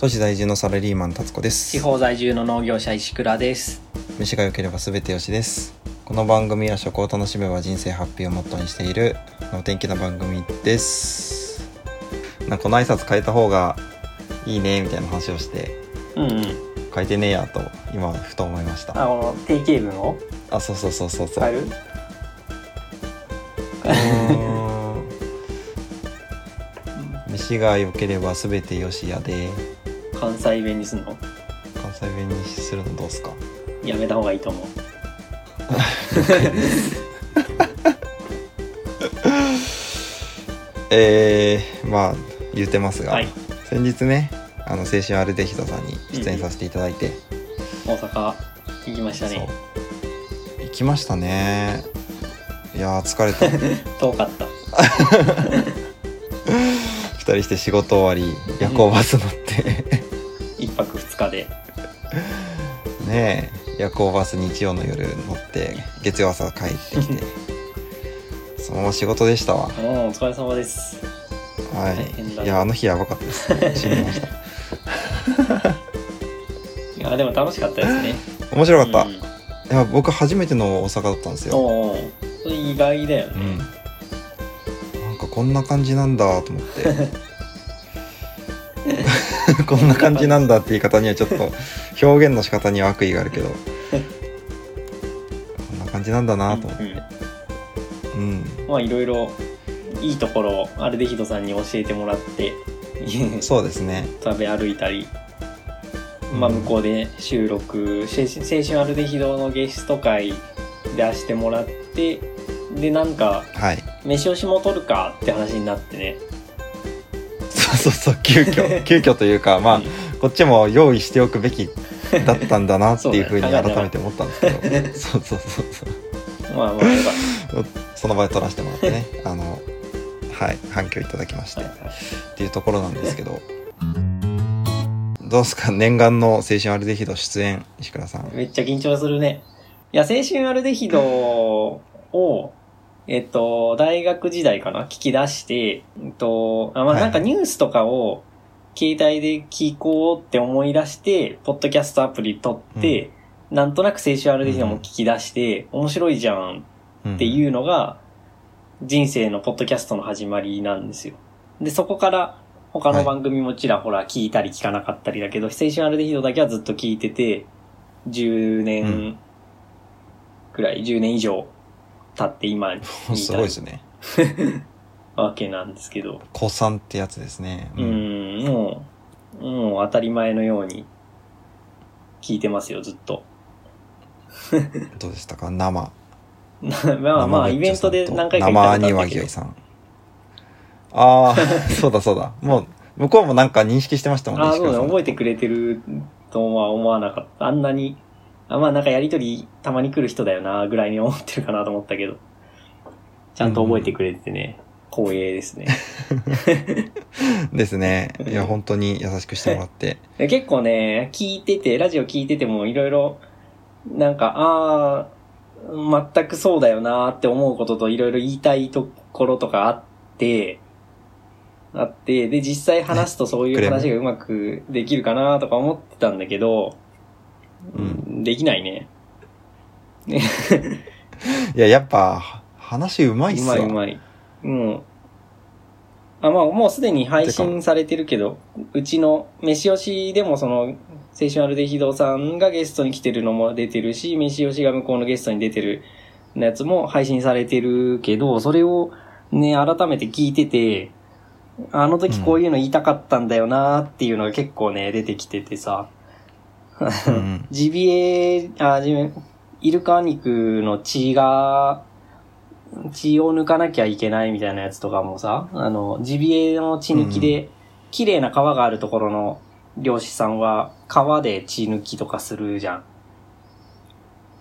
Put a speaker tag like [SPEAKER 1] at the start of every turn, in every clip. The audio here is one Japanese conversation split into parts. [SPEAKER 1] 都市在住のサラリーマン達子です
[SPEAKER 2] 地方在住の農業者石倉です
[SPEAKER 1] 飯が良ければ全てよしですこの番組は食を楽しめば人生ハッピーをモットーにしているお天気な番組ですなんかこの挨拶変えた方がいいねみたいな話をして
[SPEAKER 2] うんうん
[SPEAKER 1] 変えてねえやと今ふと思いまし
[SPEAKER 2] あ
[SPEAKER 1] た
[SPEAKER 2] この定型文を
[SPEAKER 1] あそうそうそうそうそう
[SPEAKER 2] 変え
[SPEAKER 1] う
[SPEAKER 2] る
[SPEAKER 1] ーん飯が良ければ全てよしやで
[SPEAKER 2] 関西弁にすんの
[SPEAKER 1] 関西弁にするのどうすか
[SPEAKER 2] やめた方がいいと思う
[SPEAKER 1] えー、まあ言ってますが、
[SPEAKER 2] はい
[SPEAKER 1] 先日ねあの青春アルデヒドさんに出演させていただいて、
[SPEAKER 2] 大阪行きましたね
[SPEAKER 1] そう行きましたねいやー疲れ た
[SPEAKER 2] 遠かった
[SPEAKER 1] 二人して仕事終わり夜行バス乗って
[SPEAKER 2] 一泊二日で
[SPEAKER 1] ねえ夜行バス日曜の夜乗って月曜朝帰ってきてそのまま仕事でしたわ
[SPEAKER 2] おおお疲れ様です
[SPEAKER 1] はい
[SPEAKER 2] 大変だ
[SPEAKER 1] いやあの日やばかったです 死にました
[SPEAKER 2] いやでも楽しかったですね
[SPEAKER 1] 面白かった、
[SPEAKER 2] うん
[SPEAKER 1] いや僕初めての大阪だったんですよ
[SPEAKER 2] おおそれ意外だよ
[SPEAKER 1] う
[SPEAKER 2] ね
[SPEAKER 1] ん、なんかこんな感じなんだと思って こんな感じなんだって言い方にはちょっと表現の仕方には悪意があるけどこんな感じなんだなと思っ
[SPEAKER 2] うんうん
[SPEAKER 1] て、うん、
[SPEAKER 2] まあいろいろいいところをアルデヒドさんに教えてもらって
[SPEAKER 1] そうですね
[SPEAKER 2] 食べ歩いたり、まあ、向こうで収録「し青春アルデヒド」のゲスト会出してもらってでなんか
[SPEAKER 1] はい
[SPEAKER 2] 飯押しも取るかって話になってね
[SPEAKER 1] そうそうそう急 遽急遽というかまあ、こっちも用意しておくべきだったんだなっていうふうに
[SPEAKER 2] そうだ
[SPEAKER 1] 改
[SPEAKER 2] ね
[SPEAKER 1] めて思ったんです けどそうそうそうそう
[SPEAKER 2] まあまあよかっ
[SPEAKER 1] その場で撮らせてもらってねあのはい反響いただきましたて
[SPEAKER 2] はいはい
[SPEAKER 1] っていうところなんですけどどうですか念願の青春アルデヒド出演石倉さん
[SPEAKER 2] めっちゃ緊張するねいや青春アルデヒドをえっと大学時代かな聞き出して、えっとあまあ、
[SPEAKER 1] はい
[SPEAKER 2] なんかニュースとかを携帯で聞こうって思い出してポッドキャストアプリ取って、なんとなく青春アルデヒドも聞き出して、面白いじゃん
[SPEAKER 1] っ
[SPEAKER 2] っていうのが人生のポッドキャストの始まりなんですよ。で、そこから他の番組もちらほら聞いたり聞かなかったりだけど、青春アルデヒドだけはずっと聞いてて、10
[SPEAKER 1] う
[SPEAKER 2] 年くらい、10年以上経って今に
[SPEAKER 1] うん すごいですね
[SPEAKER 2] わけなんですけど、
[SPEAKER 1] 子さんってやつですね
[SPEAKER 2] う、ん、もう、もう当たり前のように聞いてますよ、ずっと。
[SPEAKER 1] どうでしたか生
[SPEAKER 2] まあま
[SPEAKER 1] 生
[SPEAKER 2] あ、イ
[SPEAKER 1] ベッ
[SPEAKER 2] ベ
[SPEAKER 1] チョ
[SPEAKER 2] ン
[SPEAKER 1] さんと
[SPEAKER 2] トで何回か行
[SPEAKER 1] 生
[SPEAKER 2] ったことあ
[SPEAKER 1] に
[SPEAKER 2] った
[SPEAKER 1] わ
[SPEAKER 2] け
[SPEAKER 1] ぎ
[SPEAKER 2] ど
[SPEAKER 1] おい。さんああ そうだそうだもう向こうもなんか認識してましたもんね
[SPEAKER 2] ああ、そう
[SPEAKER 1] 石
[SPEAKER 2] だ、
[SPEAKER 1] 倉さん
[SPEAKER 2] 覚えてくれてるとは思わなかった。あんなに、あまあなんかやりとりたまに来る人だよな、ぐらいに思ってるかなと思ったけど、ちゃんと覚えてくれててね、光栄ですね。
[SPEAKER 1] ですねいや
[SPEAKER 2] うん
[SPEAKER 1] 本当に優しくしてもらって
[SPEAKER 2] で結構ね、聞いてて、ラジオ聞いててもいろいろ、なんか、ああ、全くそうだよなって思うことといろいろ言いたいところとかあって、あって、で、実際話すとそうい
[SPEAKER 1] ク
[SPEAKER 2] う
[SPEAKER 1] レーム
[SPEAKER 2] 話がうまくできるかなとか思ってたんだけど、
[SPEAKER 1] うん
[SPEAKER 2] できないね。
[SPEAKER 1] いややっぱ話うまいっ
[SPEAKER 2] う
[SPEAKER 1] す
[SPEAKER 2] ま
[SPEAKER 1] わ
[SPEAKER 2] いうまい。うん。あ、まあ、もうすでに配
[SPEAKER 1] て
[SPEAKER 2] 信されてるけど、うちの、飯吉でもその、青春アルデヒドさんがゲストに来てるのも出てるし、飯吉が向こうのゲストに出てるやつも配信されてるけど、それをね、改めて聞いてて、あの時こういうの言いたかったんだよなっていうのが結構ね、出てきててさ。
[SPEAKER 1] うんうん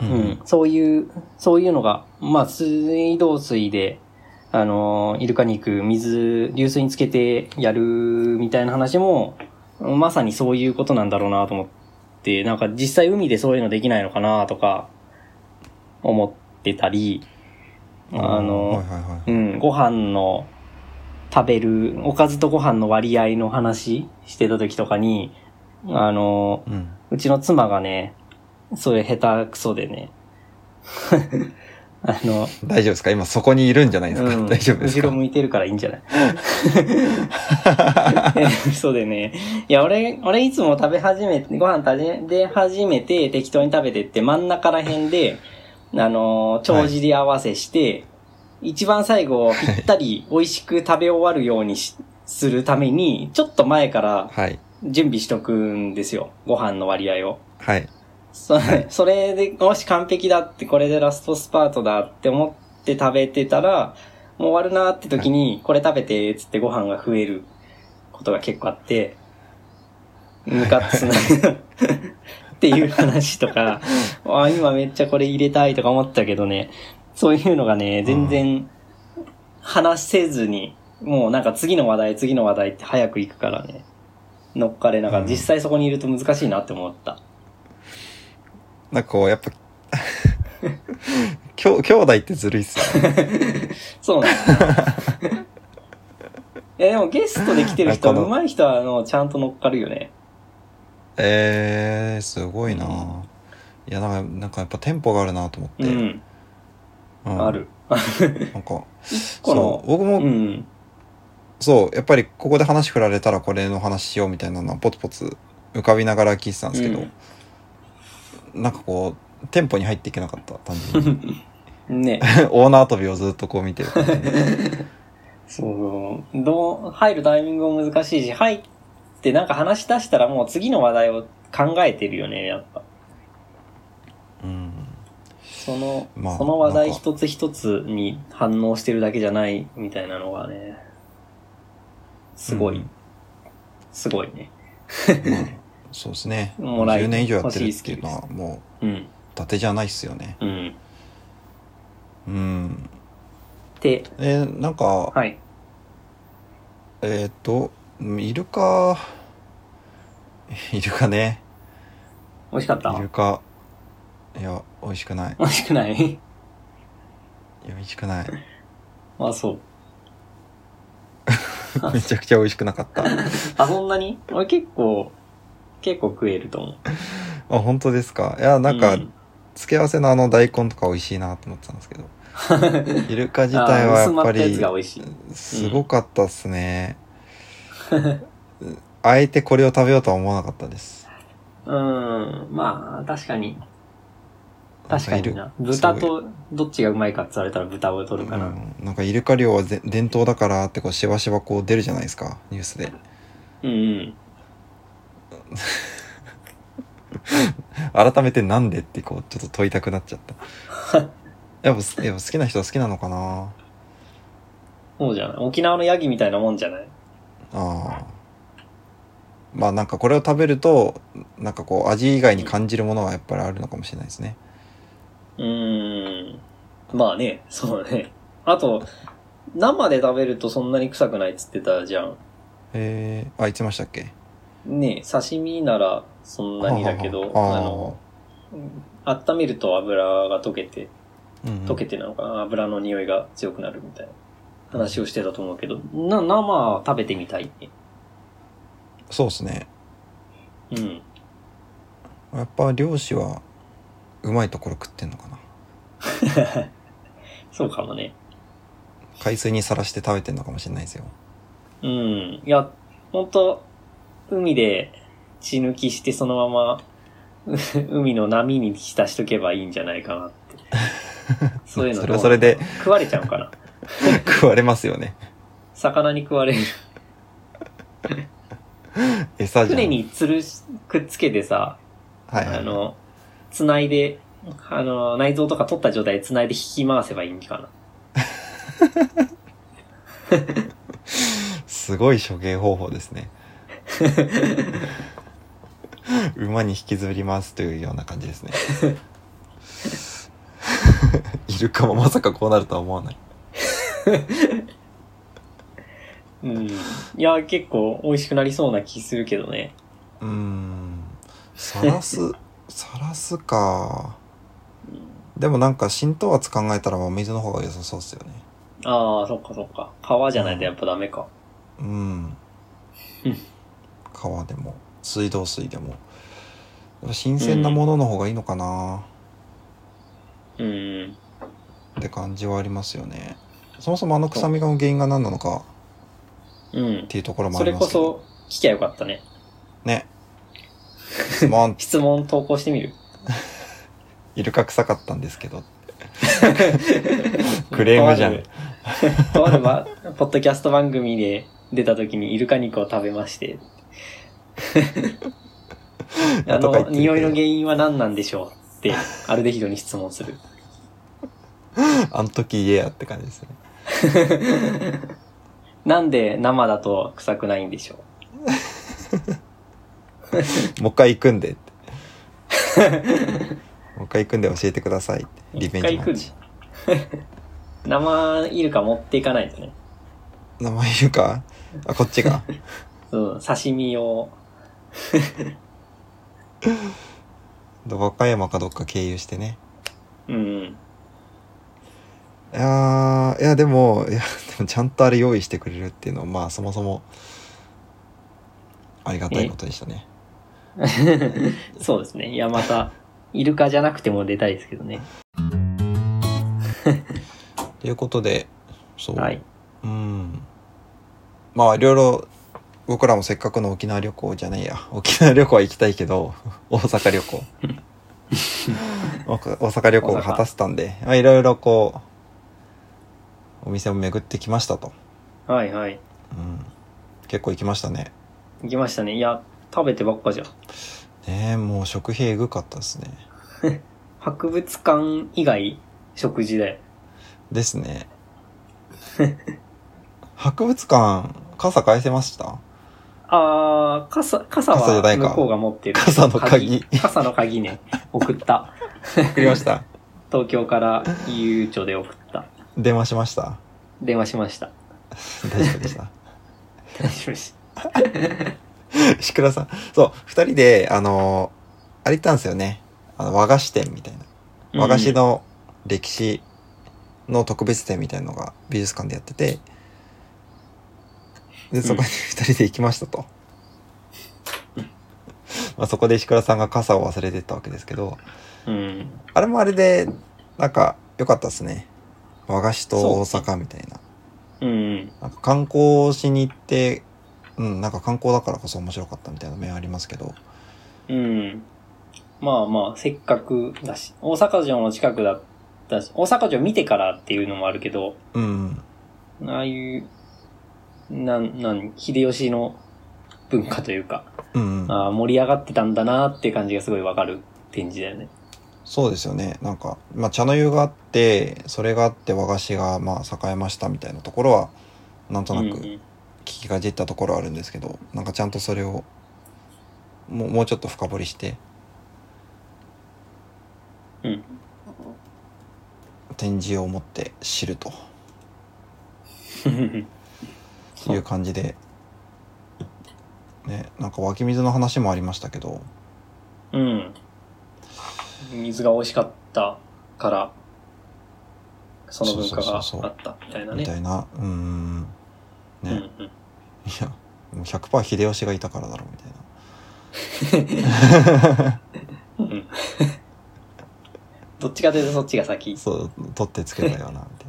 [SPEAKER 1] うん
[SPEAKER 2] うん、そういう、そういうのが、まあ、水道水で、あの、イルカ肉、水、流水につけてやるみたいな話も、まさにそういうことなんだろうなと思って、なんか実際海でそういうのできないのかなとか、思ってたり、あ
[SPEAKER 1] はいはい
[SPEAKER 2] の、
[SPEAKER 1] は
[SPEAKER 2] う
[SPEAKER 1] い
[SPEAKER 2] ん、ご飯の食べる、おかずとご飯の割合の話してた時とかに、あの、
[SPEAKER 1] うん。
[SPEAKER 2] うちの妻がね、そういう下手くそでね、あの、
[SPEAKER 1] 大丈夫ですか今そこにいるんじゃないですか、
[SPEAKER 2] うん、
[SPEAKER 1] 大丈夫です
[SPEAKER 2] 後ろ
[SPEAKER 1] か
[SPEAKER 2] 向いてるからいいんじゃない そうでね。いや、俺、俺いつも食べ始めて、ご飯食べ始めて、適当に食べてって真ん中ら辺で、あのー、帳尻合わせして、一番最後、ぴったり美味しく食べ終わるようにしするために、ちょっと前から
[SPEAKER 1] はい。
[SPEAKER 2] 準備しとくんですよ。ご飯の割合を。
[SPEAKER 1] はい。
[SPEAKER 2] そそれで、もし完璧だって、これでラストスパートだって思って食べてたら、もう終わるなって時に、これ食べて、つってご飯が増えることが結構あって、ムカつなっていう話とか、あ今めっちゃこれ入れたいとか思ったけどね、そういうのがね、全然話せずに、もうなんか次の話題、次の話題って早く行くからね、乗っかれながら、
[SPEAKER 1] うん
[SPEAKER 2] 実際そこにいると難しいなって思った。
[SPEAKER 1] なんかこう、やっぱ、 きょ兄弟ってずるいっすよ ね。
[SPEAKER 2] そうなんだ。 え、でもゲストで来てる人
[SPEAKER 1] あこの
[SPEAKER 2] は、上手い人は、あの、ちゃんと乗っかるよね。
[SPEAKER 1] えー、すごいな。いや、なんか、なんかやっぱテンポがあるなと思って。
[SPEAKER 2] う、ん。
[SPEAKER 1] うん
[SPEAKER 2] あ。る。
[SPEAKER 1] なんか、
[SPEAKER 2] こ
[SPEAKER 1] そう、
[SPEAKER 2] の、
[SPEAKER 1] 僕
[SPEAKER 2] う
[SPEAKER 1] も、
[SPEAKER 2] ん。
[SPEAKER 1] そう、やっぱりここで話振られたらこれの話しようみたいなのはポツポツ浮かびながら聞いてたんですけど、なんかこう、テンポに入っていけなかった、単純 に。
[SPEAKER 2] ね。
[SPEAKER 1] オーナー飛びをずっとこう見てる感じ で。
[SPEAKER 2] そう。どう、入るタイミングも難しいし、入ってなんか話し出したらもう次の話題を考えてるよね、やっぱ。
[SPEAKER 1] うん。
[SPEAKER 2] その、
[SPEAKER 1] まあ
[SPEAKER 2] その話題
[SPEAKER 1] なんか
[SPEAKER 2] 一つ一つに反応してるだけじゃないみたいなのがね、すごい、
[SPEAKER 1] うん
[SPEAKER 2] すごいね。
[SPEAKER 1] まあそうですね。
[SPEAKER 2] もらい
[SPEAKER 1] 10年以上やってるっていうのはもう、
[SPEAKER 2] うん。
[SPEAKER 1] 伊達じゃないっすよね。
[SPEAKER 2] うん。
[SPEAKER 1] うん。
[SPEAKER 2] で、
[SPEAKER 1] えーなんか、
[SPEAKER 2] はい。
[SPEAKER 1] えーっと、イルカ、 イルカね。
[SPEAKER 2] 美味しかった
[SPEAKER 1] イルカ、いや、美味しくない。
[SPEAKER 2] 美味しくない
[SPEAKER 1] いや、美味しくない。
[SPEAKER 2] あ、そう。
[SPEAKER 1] めちゃくちゃ美味しくなか った。あ、
[SPEAKER 2] あ、そんなに俺結構、結構食えると思う。
[SPEAKER 1] 本当ですか。いや、なんか、
[SPEAKER 2] う
[SPEAKER 1] 付け合わせのあの大根とか美味しいなと思ってたんですけ ど。イルカ自体は
[SPEAKER 2] あ
[SPEAKER 1] や
[SPEAKER 2] 薄
[SPEAKER 1] っ
[SPEAKER 2] ま
[SPEAKER 1] ぱ
[SPEAKER 2] ったや
[SPEAKER 1] り
[SPEAKER 2] つ、が美味しい。
[SPEAKER 1] すごかったっす ね。あえてこれを食べようとは思わなかったです。
[SPEAKER 2] うん、まあ、確かに。
[SPEAKER 1] なん
[SPEAKER 2] 確かに
[SPEAKER 1] イル
[SPEAKER 2] な。豚
[SPEAKER 1] すごい
[SPEAKER 2] と、どっちがうまいかって言われたら豚を取るかな。
[SPEAKER 1] うんなんかイルカ漁はぜ伝統だからってこうしばしばこう出るじゃないですかニュースで
[SPEAKER 2] うん、うん。
[SPEAKER 1] 改めてなんでってこうちょっと問いたくなっちゃったやっぱす やっぱ好きな人は好きなのかな
[SPEAKER 2] そうじゃない。沖縄のヤギみたいなもんじゃない。
[SPEAKER 1] ああまあなんかこれを食べるとなんかこう味以外に感じるものはやっぱりあるのかもしれないですね
[SPEAKER 2] うん。まあね、そうだね。あと、生で食べるとそんなに臭くないっつってたじゃん。
[SPEAKER 1] えー、あいつましたっけ
[SPEAKER 2] ね刺身ならそんなにだけど、
[SPEAKER 1] ああ
[SPEAKER 2] あの、温めると油が溶けて、
[SPEAKER 1] うん
[SPEAKER 2] 溶けてなのかな、油の匂いが強くなるみたいな話をしてたと思うけど、な、生食べてみたいね。
[SPEAKER 1] そうですね
[SPEAKER 2] うん。
[SPEAKER 1] やっぱ漁師はうまいところ食ってんのかな
[SPEAKER 2] そうかもね。
[SPEAKER 1] 海水にさらして食べてんのかもしれないですよ
[SPEAKER 2] うん。いや、ほんと、海で血抜きしてそのまま、 う海の波に浸しとけばいいんじゃないかなって。 そういうの
[SPEAKER 1] それはそれで
[SPEAKER 2] どうなの食われちゃうかな。
[SPEAKER 1] 食われますよね
[SPEAKER 2] 魚に食われ る。
[SPEAKER 1] 餌じゃん
[SPEAKER 2] 船に吊るし、くっつけてさ、
[SPEAKER 1] はいはい
[SPEAKER 2] あの、繋いで、あの、内臓とか取った状態で繋いで引き回せばいいんかな。
[SPEAKER 1] すごい処刑方法ですね馬に引きずりますというような感じですねイルカもまさかこうなるとは思わない
[SPEAKER 2] うん。いや、結構美味しくなりそうな気するけどね。
[SPEAKER 1] うーんさらすさらすかでもなんか浸透圧考えたらお水の方が良さそうですよね
[SPEAKER 2] ああ、そっかそっか。皮じゃないとやっぱダメか。
[SPEAKER 1] うん
[SPEAKER 2] うん
[SPEAKER 1] 川でも水道水でもやっぱ新鮮なものの方がいいのかな
[SPEAKER 2] うん。
[SPEAKER 1] って感じはありますよねそもそもあの臭みが原因が何なのか
[SPEAKER 2] うん
[SPEAKER 1] っ。ていうところもあ
[SPEAKER 2] そ
[SPEAKER 1] り
[SPEAKER 2] れ
[SPEAKER 1] ま
[SPEAKER 2] こ
[SPEAKER 1] すけど
[SPEAKER 2] そ、聞きゃよかったね。
[SPEAKER 1] ね質問
[SPEAKER 2] 質問投稿してみる。
[SPEAKER 1] イルカ臭かったんですけ どクレームじゃん
[SPEAKER 2] とある ば、ポッドキャスト番組で出た時にイルカ肉を食べ まして。あ
[SPEAKER 1] とか言ってるけ
[SPEAKER 2] の、
[SPEAKER 1] ど
[SPEAKER 2] 匂いの原因は何なんでしょうって、アルデヒドに質問する。
[SPEAKER 1] あの時言えやって感じですね
[SPEAKER 2] なんで生だと臭くないんでしょ
[SPEAKER 1] もう一回行くんでってもう一回行くんで教えてくださいって
[SPEAKER 2] う
[SPEAKER 1] リベン
[SPEAKER 2] 一
[SPEAKER 1] ジ
[SPEAKER 2] 回
[SPEAKER 1] マッ
[SPEAKER 2] 行く
[SPEAKER 1] チ
[SPEAKER 2] んで生イルカ持っていかないとね。
[SPEAKER 1] 名前言うかあこっちが
[SPEAKER 2] うん、刺身を。
[SPEAKER 1] ど和歌山かどっか経由してね
[SPEAKER 2] うん。
[SPEAKER 1] いやーいやでもいやでもちゃんとあれ用意してくれるっていうのはまあそもそもありがたいことでしたね
[SPEAKER 2] そうですね。いや、また、イルカじゃなくても出たいですけどね。
[SPEAKER 1] ということでそう、
[SPEAKER 2] はい。
[SPEAKER 1] うんまあいろいろ僕らもせっかくの沖縄旅行じゃないや沖縄旅行は行きたいけど 大阪旅行大阪旅行が果たせたんでまあいろいろこうお店を巡ってきましたと、
[SPEAKER 2] はいはい。
[SPEAKER 1] うん、結構行きましたね
[SPEAKER 2] 行きましたね。いや、食べてばっかじゃん。
[SPEAKER 1] ねえもう食費えぐかったですね
[SPEAKER 2] 博物館以外、食事だよ。
[SPEAKER 1] ですね博物館傘返せました
[SPEAKER 2] あー、傘、傘
[SPEAKER 1] 傘じゃな
[SPEAKER 2] はい
[SPEAKER 1] か
[SPEAKER 2] 向こうが持ってる。
[SPEAKER 1] 傘の鍵
[SPEAKER 2] 傘の鍵ね。送った。
[SPEAKER 1] 送りました
[SPEAKER 2] 東京からゆうちょで送った。
[SPEAKER 1] 電話しました
[SPEAKER 2] 電話しました。
[SPEAKER 1] 大丈夫で した
[SPEAKER 2] 大丈夫です。
[SPEAKER 1] 石倉さん。そう、二人で、あのーあれ行ったんですよね。あの、和菓子店みたいな。和菓子の歴史の特別展みたいなのが美術館でやってて、で、そこに二人で行きましたと。まあそこで石倉さんが傘を忘れてったわけですけど、
[SPEAKER 2] うん。うん。
[SPEAKER 1] あれもあれで、なんか、良かったですね。和菓子と大阪みたいな。
[SPEAKER 2] うん。
[SPEAKER 1] なんか観光しに行って、うん、なんか観光だからこそ面白かったみたいな面ありますけど、
[SPEAKER 2] うん。まあまあ、せっかくだし、大阪城の近くだったし、大阪城見てからっていうのもあるけど、
[SPEAKER 1] うんうん。
[SPEAKER 2] ああいう、なん、なん、秀吉の文化というか、
[SPEAKER 1] うんうん、
[SPEAKER 2] ああ、盛り上がってたんだなっていう感じがすごいわかる展示だよね。
[SPEAKER 1] そうですよねなんか、まあ、茶の湯があってそれがあって和菓子がまあ栄えましたみたいなところはなんとな
[SPEAKER 2] うんう
[SPEAKER 1] く
[SPEAKER 2] ん
[SPEAKER 1] 聞きがじったところはあるんですけど、なんかちゃんとそれをもうもうちょっと深掘りして
[SPEAKER 2] うん。
[SPEAKER 1] 展示を持って知ると
[SPEAKER 2] そう
[SPEAKER 1] いう感じで、ね、なんか湧き水の話もありましたけど
[SPEAKER 2] うん。 水が美味しかったから、その文化があ
[SPEAKER 1] そうそうそうそう
[SPEAKER 2] ったみたいな
[SPEAKER 1] み
[SPEAKER 2] ね。
[SPEAKER 1] たいなうーんね、
[SPEAKER 2] うん
[SPEAKER 1] い
[SPEAKER 2] うん
[SPEAKER 1] やもう100%秀吉がいたからだろうみたいな
[SPEAKER 2] うん。どっちかというとそっちが先。
[SPEAKER 1] そう取ってつけたよなみたい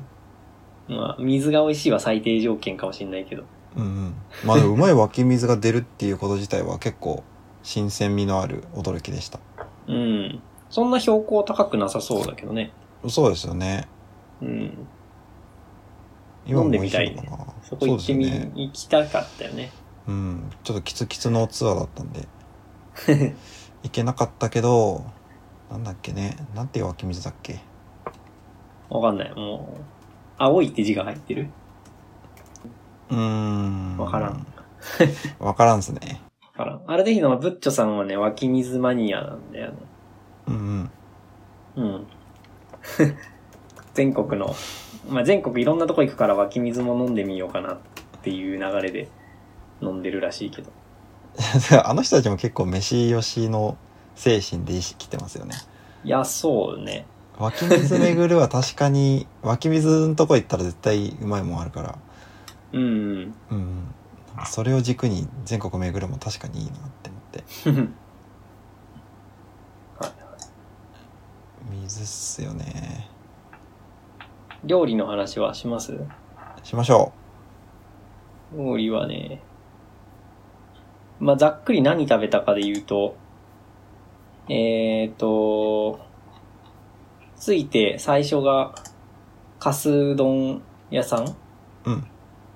[SPEAKER 1] な。
[SPEAKER 2] まあ、水が美味しいは最低条件かもしれないけど。
[SPEAKER 1] うんうん、まあでもうまい湧き水が出るっていうこと自体は結構新鮮味のある驚きでした
[SPEAKER 2] うん。そんな標高高くなさそうだけどね。
[SPEAKER 1] そうですよね
[SPEAKER 2] うん。
[SPEAKER 1] 今も
[SPEAKER 2] 飲んで
[SPEAKER 1] 美味
[SPEAKER 2] み
[SPEAKER 1] しい
[SPEAKER 2] たい
[SPEAKER 1] のかな
[SPEAKER 2] そこ行ってみ、
[SPEAKER 1] そうですよね
[SPEAKER 2] 行きたかったよね。
[SPEAKER 1] うんちょっとキツキツのツアーだったんで 行けなかったけどなんだっけねなんていう湧き水だっけ
[SPEAKER 2] わかんない。もう、青いって字が入ってる
[SPEAKER 1] うーん
[SPEAKER 2] わからん
[SPEAKER 1] わからんっすね
[SPEAKER 2] あら、アルデヒドのブッチョさんはね、湧き水マニアなんだよね。
[SPEAKER 1] うんうん
[SPEAKER 2] うん。 全国の、まあ、全国いろんなとこ行くから湧き水も飲んでみようかなっていう流れで飲んでるらしいけど。
[SPEAKER 1] あの人たちも結構飯よしの精神で意識ってますよね
[SPEAKER 2] いや、そうね。
[SPEAKER 1] 湧き水巡るは確かに湧き水のとこ行ったら絶対うまいもんあるから
[SPEAKER 2] うん。
[SPEAKER 1] うん、それを軸に全国巡るも確かにいいなって思っ って
[SPEAKER 2] はい
[SPEAKER 1] 水っすよね
[SPEAKER 2] 料理の話はします
[SPEAKER 1] しましょ
[SPEAKER 2] 料理はね、まあ、ざっくり何食べたかで言うと、えーと、ついて最初が、カス丼屋さん
[SPEAKER 1] ううん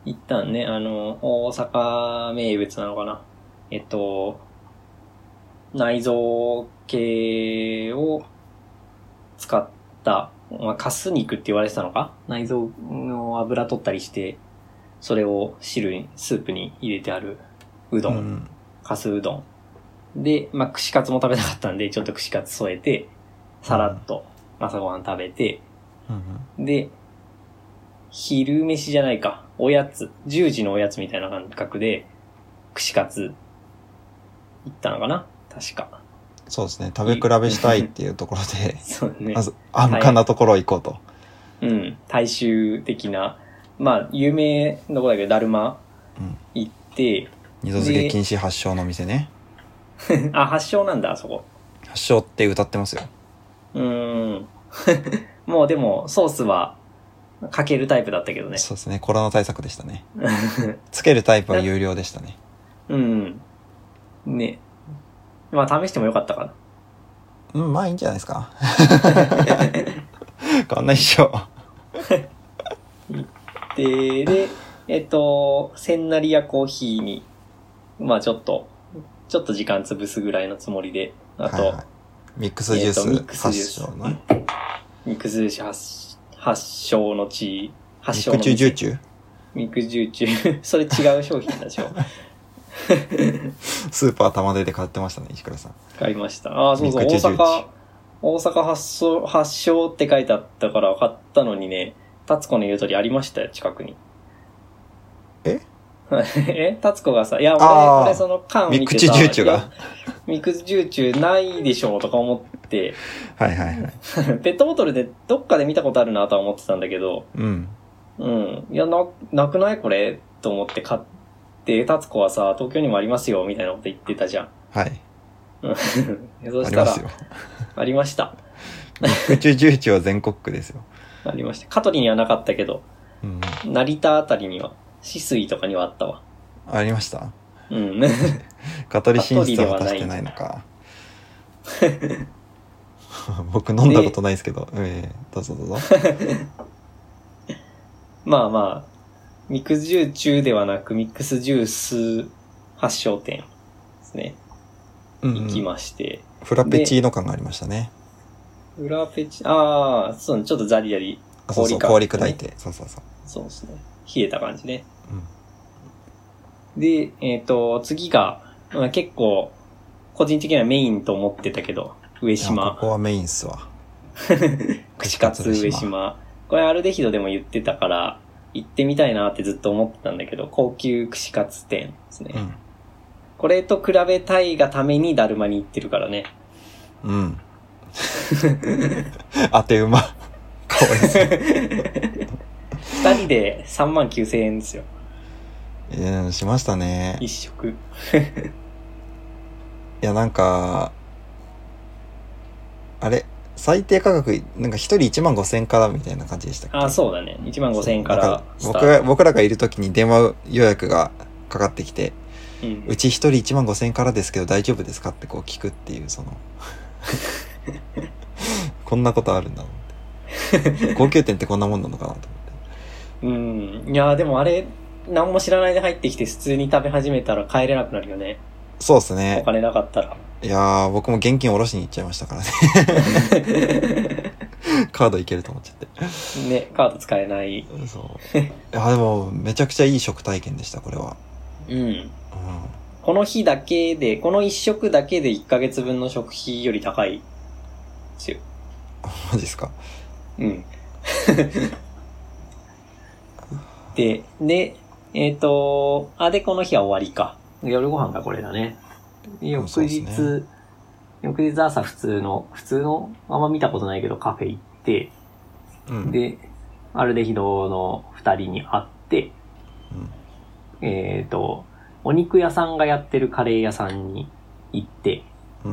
[SPEAKER 2] 行ったんね、あの、大阪名物なのかな。えっと、内臓系を使った、まあ、カス肉って言われてたのか内臓の油取ったりして、それを汁に、スープに入れてあるう
[SPEAKER 1] う
[SPEAKER 2] どん、
[SPEAKER 1] ん
[SPEAKER 2] カスうどん。で、まあ、串カツも食べたかったんで、ちょっと串カツ添えて、さらっと朝ごはん食べて、
[SPEAKER 1] うん
[SPEAKER 2] で、昼飯じゃないか。おやつ。10時のおやつみたいな感覚で、串カツ、行ったのかな確か。
[SPEAKER 1] そうですね食べ比べしたいっていうところで
[SPEAKER 2] そうね
[SPEAKER 1] ま。ず安価なところ行こうと、
[SPEAKER 2] うん。大衆的な。まあ、有名どこだけど、だるま
[SPEAKER 1] うん、
[SPEAKER 2] 行って、
[SPEAKER 1] 二度漬け禁止発祥の店ね
[SPEAKER 2] あ、発祥なんだ、あそこ。
[SPEAKER 1] 発祥って歌ってますよ
[SPEAKER 2] うーん。 もうでも、ソースは、かけるタイプだったけどね。
[SPEAKER 1] そうですねコロナ対策でしたねつけるタイプは有料でしたね
[SPEAKER 2] うん。ね。まあ、試してもよかったか
[SPEAKER 1] う
[SPEAKER 2] な。
[SPEAKER 1] んまあいいんじゃないですか 変わんないっしょ
[SPEAKER 2] で、で、えっと、千成やコーヒーに、まあちょっと、ちょっと時間潰すぐらいのつもりで、あと、
[SPEAKER 1] はいはい、ミックスジュー
[SPEAKER 2] えーとミック
[SPEAKER 1] ス
[SPEAKER 2] スジ
[SPEAKER 1] 発
[SPEAKER 2] ュース
[SPEAKER 1] 祥のね
[SPEAKER 2] 肉寿司発発祥の地、
[SPEAKER 1] ミ
[SPEAKER 2] 発祥
[SPEAKER 1] ック
[SPEAKER 2] の
[SPEAKER 1] チュージュー
[SPEAKER 2] 地。
[SPEAKER 1] チュ
[SPEAKER 2] 肉汁中。 それ違う商品でしょ。
[SPEAKER 1] スーパー玉出で買ってましたね石倉さん
[SPEAKER 2] 買いました。ああ、そうそう、大
[SPEAKER 1] 肉汁中
[SPEAKER 2] 阪、大阪発祥、発祥って書いてあったから買ったのにね、タツコの言う通りありましたよ、近くに。
[SPEAKER 1] え
[SPEAKER 2] えタツコがさ、いや、
[SPEAKER 1] あー
[SPEAKER 2] 俺、俺その缶を
[SPEAKER 1] ミ
[SPEAKER 2] 見
[SPEAKER 1] ック
[SPEAKER 2] て
[SPEAKER 1] チ
[SPEAKER 2] さ、
[SPEAKER 1] ュージューチュ
[SPEAKER 2] いや
[SPEAKER 1] が
[SPEAKER 2] ミックスジューチューないでしょうとか思って、
[SPEAKER 1] はいはいはい
[SPEAKER 2] ペットボトルでどっかで見たことあるなとは思ってたんだけど、
[SPEAKER 1] うん
[SPEAKER 2] うん。いや、な、なくないこれと思って買って、タツコはさ、東京にもありますよ、みたいなこと言ってたじゃん。
[SPEAKER 1] はい
[SPEAKER 2] うん そ
[SPEAKER 1] あ
[SPEAKER 2] し
[SPEAKER 1] り
[SPEAKER 2] た
[SPEAKER 1] ま
[SPEAKER 2] ら
[SPEAKER 1] す、よ
[SPEAKER 2] ありました。
[SPEAKER 1] ミックチュージューチュは全国区ですよ、
[SPEAKER 2] ありました。香取にはなかったけど、
[SPEAKER 1] うん、
[SPEAKER 2] 成田あたりには、止水とかにはあったわ。
[SPEAKER 1] ありました
[SPEAKER 2] うん。
[SPEAKER 1] 香取進出は果たしてないのか僕飲んだことないですけど、ええどうぞどうぞ
[SPEAKER 2] まあまあ、ミックスジューチューではなく、ミックスジュース発祥店ですね。
[SPEAKER 1] うんうん
[SPEAKER 2] 行きまして。
[SPEAKER 1] フラペチーノ感がありましたね
[SPEAKER 2] フラペチ、ああ、そう、ちょっとザリザリ、
[SPEAKER 1] あそうそう氷
[SPEAKER 2] 氷感
[SPEAKER 1] 砕いてそうそうそう、
[SPEAKER 2] そうですね。冷えた感じね。
[SPEAKER 1] うん、
[SPEAKER 2] で、えっ、と、次が、まあ、結構、個人的にはメインと思ってたけど、上
[SPEAKER 1] いやこ
[SPEAKER 2] 島、
[SPEAKER 1] こはメインっすわ
[SPEAKER 2] 串カツ上島。これアルデヒドでも言ってたから、行ってみたいなってずっと思ってたんだけど、高級串カツ店ですね。
[SPEAKER 1] うん
[SPEAKER 2] これと比べたいがためにだるまに行ってるからね。
[SPEAKER 1] うん。当て馬。かわいそう
[SPEAKER 2] 二人で3万9千円ですよ。
[SPEAKER 1] うん。しましたね。
[SPEAKER 2] 一食。
[SPEAKER 1] いや、なんか、あれ、最低価格、なんか一人1万5千からみたいな感じでしたっけ
[SPEAKER 2] ああ、そうだね。1万5千円か
[SPEAKER 1] なん
[SPEAKER 2] らスタ
[SPEAKER 1] 僕
[SPEAKER 2] ー
[SPEAKER 1] が僕らがいる時に電話予約がかかってきて、
[SPEAKER 2] ト。うん
[SPEAKER 1] うち一人1万5千からですけど大丈夫ですかってこう聞くっていう、そ の、こんなことあるんだと思って。高級店ってこんなもんなのかなと思って。
[SPEAKER 2] うん。いやーでもあれ、何も知らないで入ってきて普通に食べ始めたら帰れなくなるよね。
[SPEAKER 1] そうです
[SPEAKER 2] お
[SPEAKER 1] ね。
[SPEAKER 2] 金なかったら。
[SPEAKER 1] いやー、僕も現金下ろしに行っちゃいましたからね。 カードいけると思っちゃって。
[SPEAKER 2] ね、カード使えない。
[SPEAKER 1] そう。いや、でも、めちゃくちゃいい食体験でした、これは。
[SPEAKER 2] うん。
[SPEAKER 1] うん。
[SPEAKER 2] この日だけで、この一食だけで1ヶ月分の食費より高い。ですよ。
[SPEAKER 1] マジですか。
[SPEAKER 2] うん。 で、で、えっ、と、あ、で、この日は終わりか。夜ご飯がこれだね。翌
[SPEAKER 1] そうっ
[SPEAKER 2] 日、
[SPEAKER 1] すね
[SPEAKER 2] 翌日朝普通の、普通の、あんま見たことないけどカフェ行って、
[SPEAKER 1] うん。
[SPEAKER 2] で、アルデヒドの二人に会って、
[SPEAKER 1] うん
[SPEAKER 2] えっ、と、お肉屋さんがやってるカレー屋さんに行って、
[SPEAKER 1] う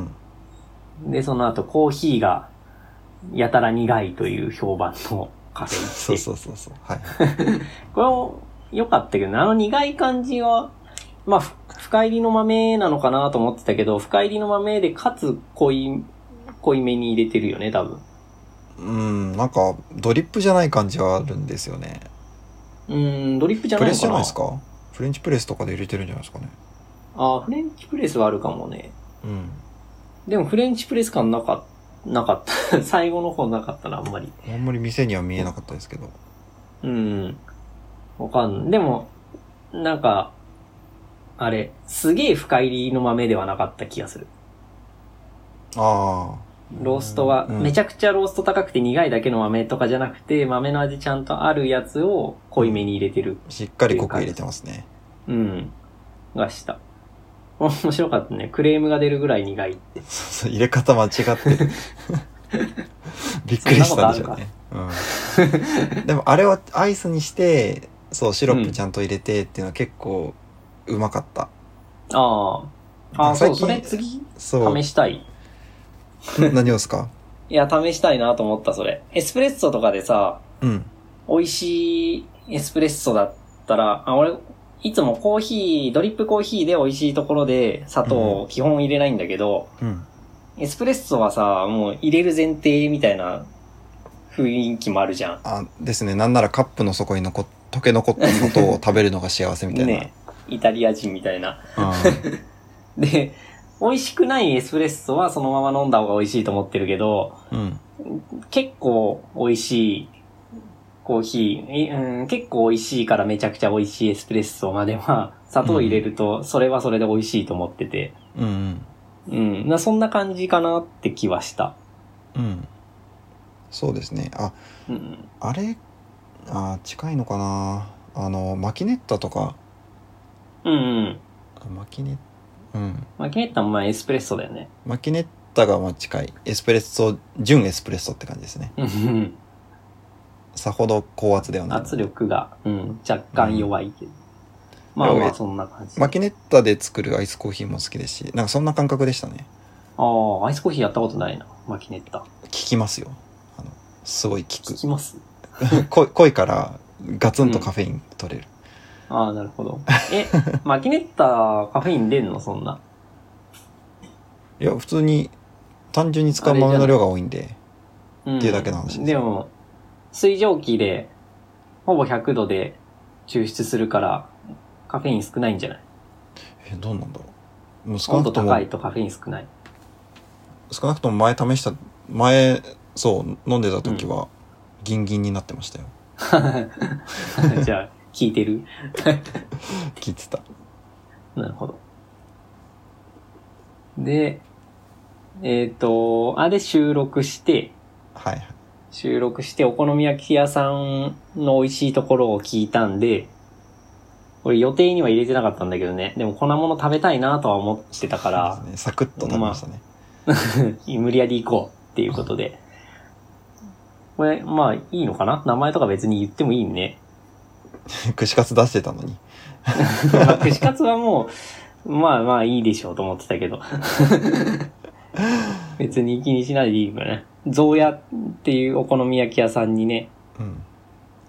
[SPEAKER 1] ん。
[SPEAKER 2] で、その後コーヒーがやたら苦いという評判のカフェに行って。
[SPEAKER 1] そうそうそうそう。はい。
[SPEAKER 2] これも良かったけどね、あの苦い感じは、まあ、ふ深入りの豆なのかなと思ってたけど、深入りの豆で、かつ濃い、濃いめに入れてるよね、多分。
[SPEAKER 1] うん、なんか、ドリップじゃない感じはあるんですよね。
[SPEAKER 2] うーん、ドリップじゃ
[SPEAKER 1] プ
[SPEAKER 2] ない
[SPEAKER 1] レ
[SPEAKER 2] の
[SPEAKER 1] スじ
[SPEAKER 2] か
[SPEAKER 1] ゃない
[SPEAKER 2] な
[SPEAKER 1] ですかフレンチプレスとかで入れてるんじゃないですかね。
[SPEAKER 2] あーフレンチプレスはあるかもね。
[SPEAKER 1] うん。
[SPEAKER 2] でもフレンチプレス感なかっなかった。 最後の方なかったな、あんまり。
[SPEAKER 1] あんまり店には見えなかったですけど。
[SPEAKER 2] うん。わかんない。でも、なんか、あれ、すげえ深入りの豆ではなかった気がする。
[SPEAKER 1] あ
[SPEAKER 2] ローストは、
[SPEAKER 1] うん
[SPEAKER 2] めちゃくちゃロースト高くて苦いだけの豆とかじゃなくて、豆の味ちゃんとあるやつを濃いめに入れてる。
[SPEAKER 1] あ、しっかり濃く入れてますね。
[SPEAKER 2] うん。がした。面白かったね。クレームが出るぐらい苦い。
[SPEAKER 1] そうそう入れ方間違ってる。びっくりしたんでしょうね。うん、でもあれをアイスにして、そう、シロップちゃんと入れてっていうのは結構うまかった。
[SPEAKER 2] ああ。ああ、
[SPEAKER 1] 最
[SPEAKER 2] そう、
[SPEAKER 1] 近
[SPEAKER 2] それ次、
[SPEAKER 1] そう
[SPEAKER 2] 試。したい。
[SPEAKER 1] 何をですか
[SPEAKER 2] いや、試したいなと思った、それ。エスプレッソとかでさ、
[SPEAKER 1] うん。
[SPEAKER 2] 美味しいエスプレッソだったら、あ、俺、いつもコーヒー、ドリップコーヒーで美味しいところで砂糖を基本入れないんだけど、
[SPEAKER 1] うん。
[SPEAKER 2] エスプレッソはさ、もう入れる前提みたいな雰囲気もあるじゃん。
[SPEAKER 1] あ、ですね。なんならカップの底に残っ溶け残った砂糖を食べるのが幸せみたいな。
[SPEAKER 2] ねイタリア人みたいな。
[SPEAKER 1] うん
[SPEAKER 2] で、美味しくないエスプレッソはそのまま飲んだ方が美味しいと思ってるけど、
[SPEAKER 1] うん。
[SPEAKER 2] 結構美味しいコーヒー、いうん、結構美味しいからめちゃくちゃ美味しいエスプレッソまでは、砂糖入れると、それはそれで美味しいと思ってて、
[SPEAKER 1] うん。
[SPEAKER 2] うん、なそんな感じかなって気はした。
[SPEAKER 1] うん。うん。そうですね。あ、
[SPEAKER 2] うん、
[SPEAKER 1] あれ、あ、近いのかな。あの、マキネッタとか、
[SPEAKER 2] うん、うん。
[SPEAKER 1] あマキネうん。
[SPEAKER 2] マキネッタもまあエスプレッソだよね。
[SPEAKER 1] マキネッタがまあ近い。エスプレッソ、純エスプレッソって感じですね。
[SPEAKER 2] うんうん
[SPEAKER 1] さほど高圧ではない。
[SPEAKER 2] 圧力が、うん、若干弱いけど。まあまあ、そんな感じ。
[SPEAKER 1] マ
[SPEAKER 2] あ
[SPEAKER 1] キネッタで作るアイスコーヒーも好きですし、なんかそんな感覚でしたね。
[SPEAKER 2] あ、アイスコーヒーやったことないな、マキネッタ。
[SPEAKER 1] 効きますよ。あの、すごい効
[SPEAKER 2] 聞きます
[SPEAKER 1] く。濃い濃いから、ガツンとカフェイン取れる。
[SPEAKER 2] ああ、なるほど。え、マキネッタカフェイン出んのそんな。
[SPEAKER 1] いや、普通に、単純に使う豆の量が多いんで。
[SPEAKER 2] うん、
[SPEAKER 1] っていうだけの話です
[SPEAKER 2] でも、水蒸気で、ほぼ100度で抽出するから、カフェイン少ないんじゃない
[SPEAKER 1] え、どうなんだろう。もう少
[SPEAKER 2] 温
[SPEAKER 1] な
[SPEAKER 2] 度
[SPEAKER 1] くと
[SPEAKER 2] 高
[SPEAKER 1] も
[SPEAKER 2] い、とカフェイン少ない。
[SPEAKER 1] 少なくとも前試した、前、そう、飲んでた時は、ギンギンになってましたよ。
[SPEAKER 2] じゃあ、効いてる
[SPEAKER 1] 聞いてた。
[SPEAKER 2] なるほど。で、えっ、と、あれ収録して、
[SPEAKER 1] はいはい。
[SPEAKER 2] 収録してお好み焼き屋さんの美味しいところを聞いたんで、これ予定には入れてなかったんだけどね。でも粉物食べたいなとは思ってたから
[SPEAKER 1] そう、ですねサクッと食べましたね。
[SPEAKER 2] 無理やり行こうっていうことで。これ、まあいいのかな名前とか別に言ってもいいね。
[SPEAKER 1] 串カツ出してたのに。
[SPEAKER 2] まあ串カツはもう、まあまあいいでしょうと思ってたけど。 別に気にしないでいいよね。ゾウヤっていうお好み焼き屋さんにね。
[SPEAKER 1] うん。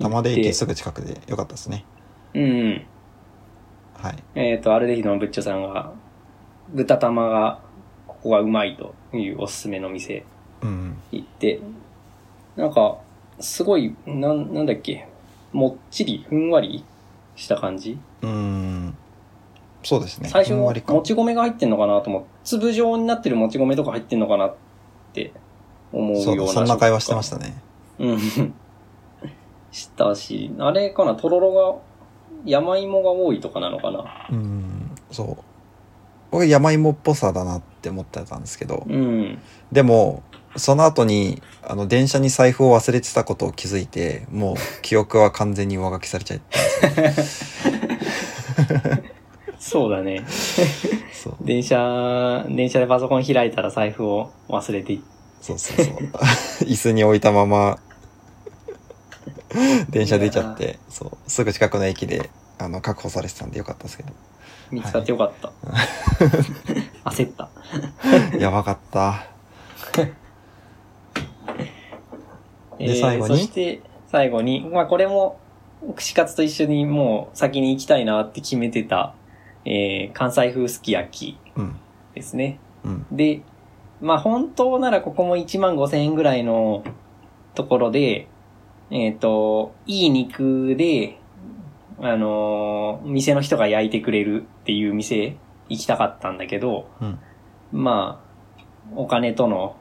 [SPEAKER 1] 玉出駅すぐ近くでよかったですね。
[SPEAKER 2] うんうん。
[SPEAKER 1] はい。
[SPEAKER 2] えっ、と、アルデヒドのブッチョさんが、豚玉が、ここがうまいというおすすめの店
[SPEAKER 1] うん。
[SPEAKER 2] 行って、なんか、すごい、なん、なんだっけ、もっちり、ふんわりした感じ
[SPEAKER 1] うーん。そうですね。
[SPEAKER 2] 最初、
[SPEAKER 1] ふん
[SPEAKER 2] も
[SPEAKER 1] わり感
[SPEAKER 2] ち米が入ってんのかなと思って、粒状になってるもち米とか入ってんのかなって思うよ
[SPEAKER 1] そうう
[SPEAKER 2] な
[SPEAKER 1] だ、そんな会話してま
[SPEAKER 2] た
[SPEAKER 1] したね。
[SPEAKER 2] うん。したし、あれかな、とろろが、山芋が多いとかなのかな。
[SPEAKER 1] うん。そう。僕、山芋っぽさだなって思ってたんですけど、
[SPEAKER 2] うん。
[SPEAKER 1] でも、その後に、あの、電車に財布を忘れてたことを気づいて、もう、記憶は完全に上書きされちゃって。
[SPEAKER 2] そうだね。
[SPEAKER 1] そう。
[SPEAKER 2] 電車、電車でパソコン開いたら財布を忘れてい
[SPEAKER 1] そうそうそう。 椅子に置いたま ま、電車出ちゃって、そう、すぐ近くの 駅で、あの、確保されてたんでよかったですけど。
[SPEAKER 2] 見つかってよかった。焦った。
[SPEAKER 1] やばかった。で
[SPEAKER 2] えー
[SPEAKER 1] 最後に
[SPEAKER 2] そして、最後に、まあこれも、串カツと一緒にもう先に行きたいなって決めてた、えー関西風すき焼き
[SPEAKER 1] うん。
[SPEAKER 2] ですね。
[SPEAKER 1] うん。
[SPEAKER 2] で、まあ本当ならここも1万5千円ぐらいのところで、えっ、と、いい肉で、あのー店の人が焼いてくれるっていう店行きたかったんだけど、
[SPEAKER 1] うん
[SPEAKER 2] まあ、お金との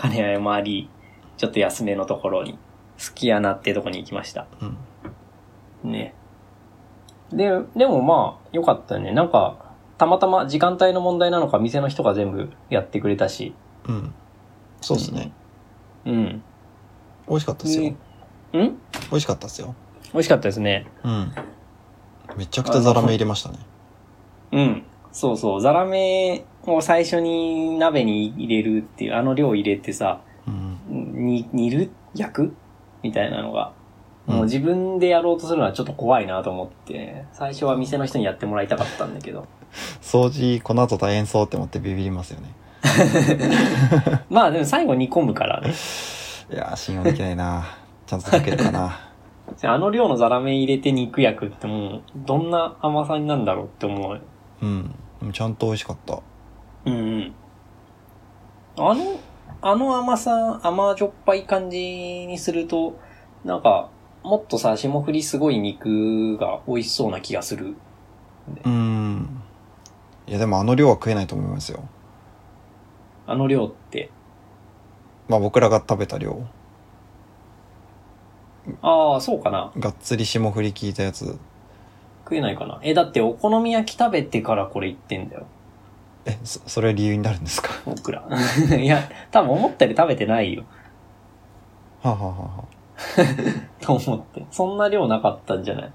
[SPEAKER 2] 兼ね合いもあり、ちょっと安めのところに、すき家なってとこに行きました。
[SPEAKER 1] うん。
[SPEAKER 2] ね。で、でもまあ、良かったね。なんか、たまたま時間帯の問題なのか、店の人が全部やってくれたし。
[SPEAKER 1] うん。そうですね。
[SPEAKER 2] うん。
[SPEAKER 1] 美味しかったですよ
[SPEAKER 2] ね。うん
[SPEAKER 1] 美味しかったですよ。
[SPEAKER 2] 美味しかったですね。
[SPEAKER 1] うん。めちゃくちゃザラメ入れましたね。
[SPEAKER 2] うん。そうそう。ザラメを最初に鍋に入れるっていう、あの量入れてさ、
[SPEAKER 1] うん。
[SPEAKER 2] に、煮る焼くみたいなのが。
[SPEAKER 1] うん
[SPEAKER 2] もう自分でやろうとするのはちょっと怖いなと思って、最初は店の人にやってもらいたかったんだけど。
[SPEAKER 1] 掃除、この後大変そうって思ってビビりますよね。
[SPEAKER 2] まあでも最後煮込むからね。
[SPEAKER 1] いやー、信用できない なちゃんとかけるかな
[SPEAKER 2] あの量のザラメ入れて肉焼くってもう、どんな甘さになるんだろうって思う。
[SPEAKER 1] うん。でもちゃんと美味しかった。
[SPEAKER 2] うんうん。あの、あの甘さ、甘じょっぱい感じにすると、なんか、もっとさ、霜降りすごい肉が美味しそうな気がする。
[SPEAKER 1] うん。いや、でもあの量は食えないと思いますよ。
[SPEAKER 2] あの量って。
[SPEAKER 1] まあ僕らが食べた量。
[SPEAKER 2] ああ、そうかな。
[SPEAKER 1] がっつり霜降り効いたやつ。
[SPEAKER 2] 食えないかな。え、だってお好み焼き食べてからこれ言ってんだよ。
[SPEAKER 1] え、そ、それ理由になるんですか
[SPEAKER 2] 僕ら。 いや、多分思ったより食べてないよ。
[SPEAKER 1] はあ、はあはあはあ
[SPEAKER 2] と思って。そんな量なかったんじゃない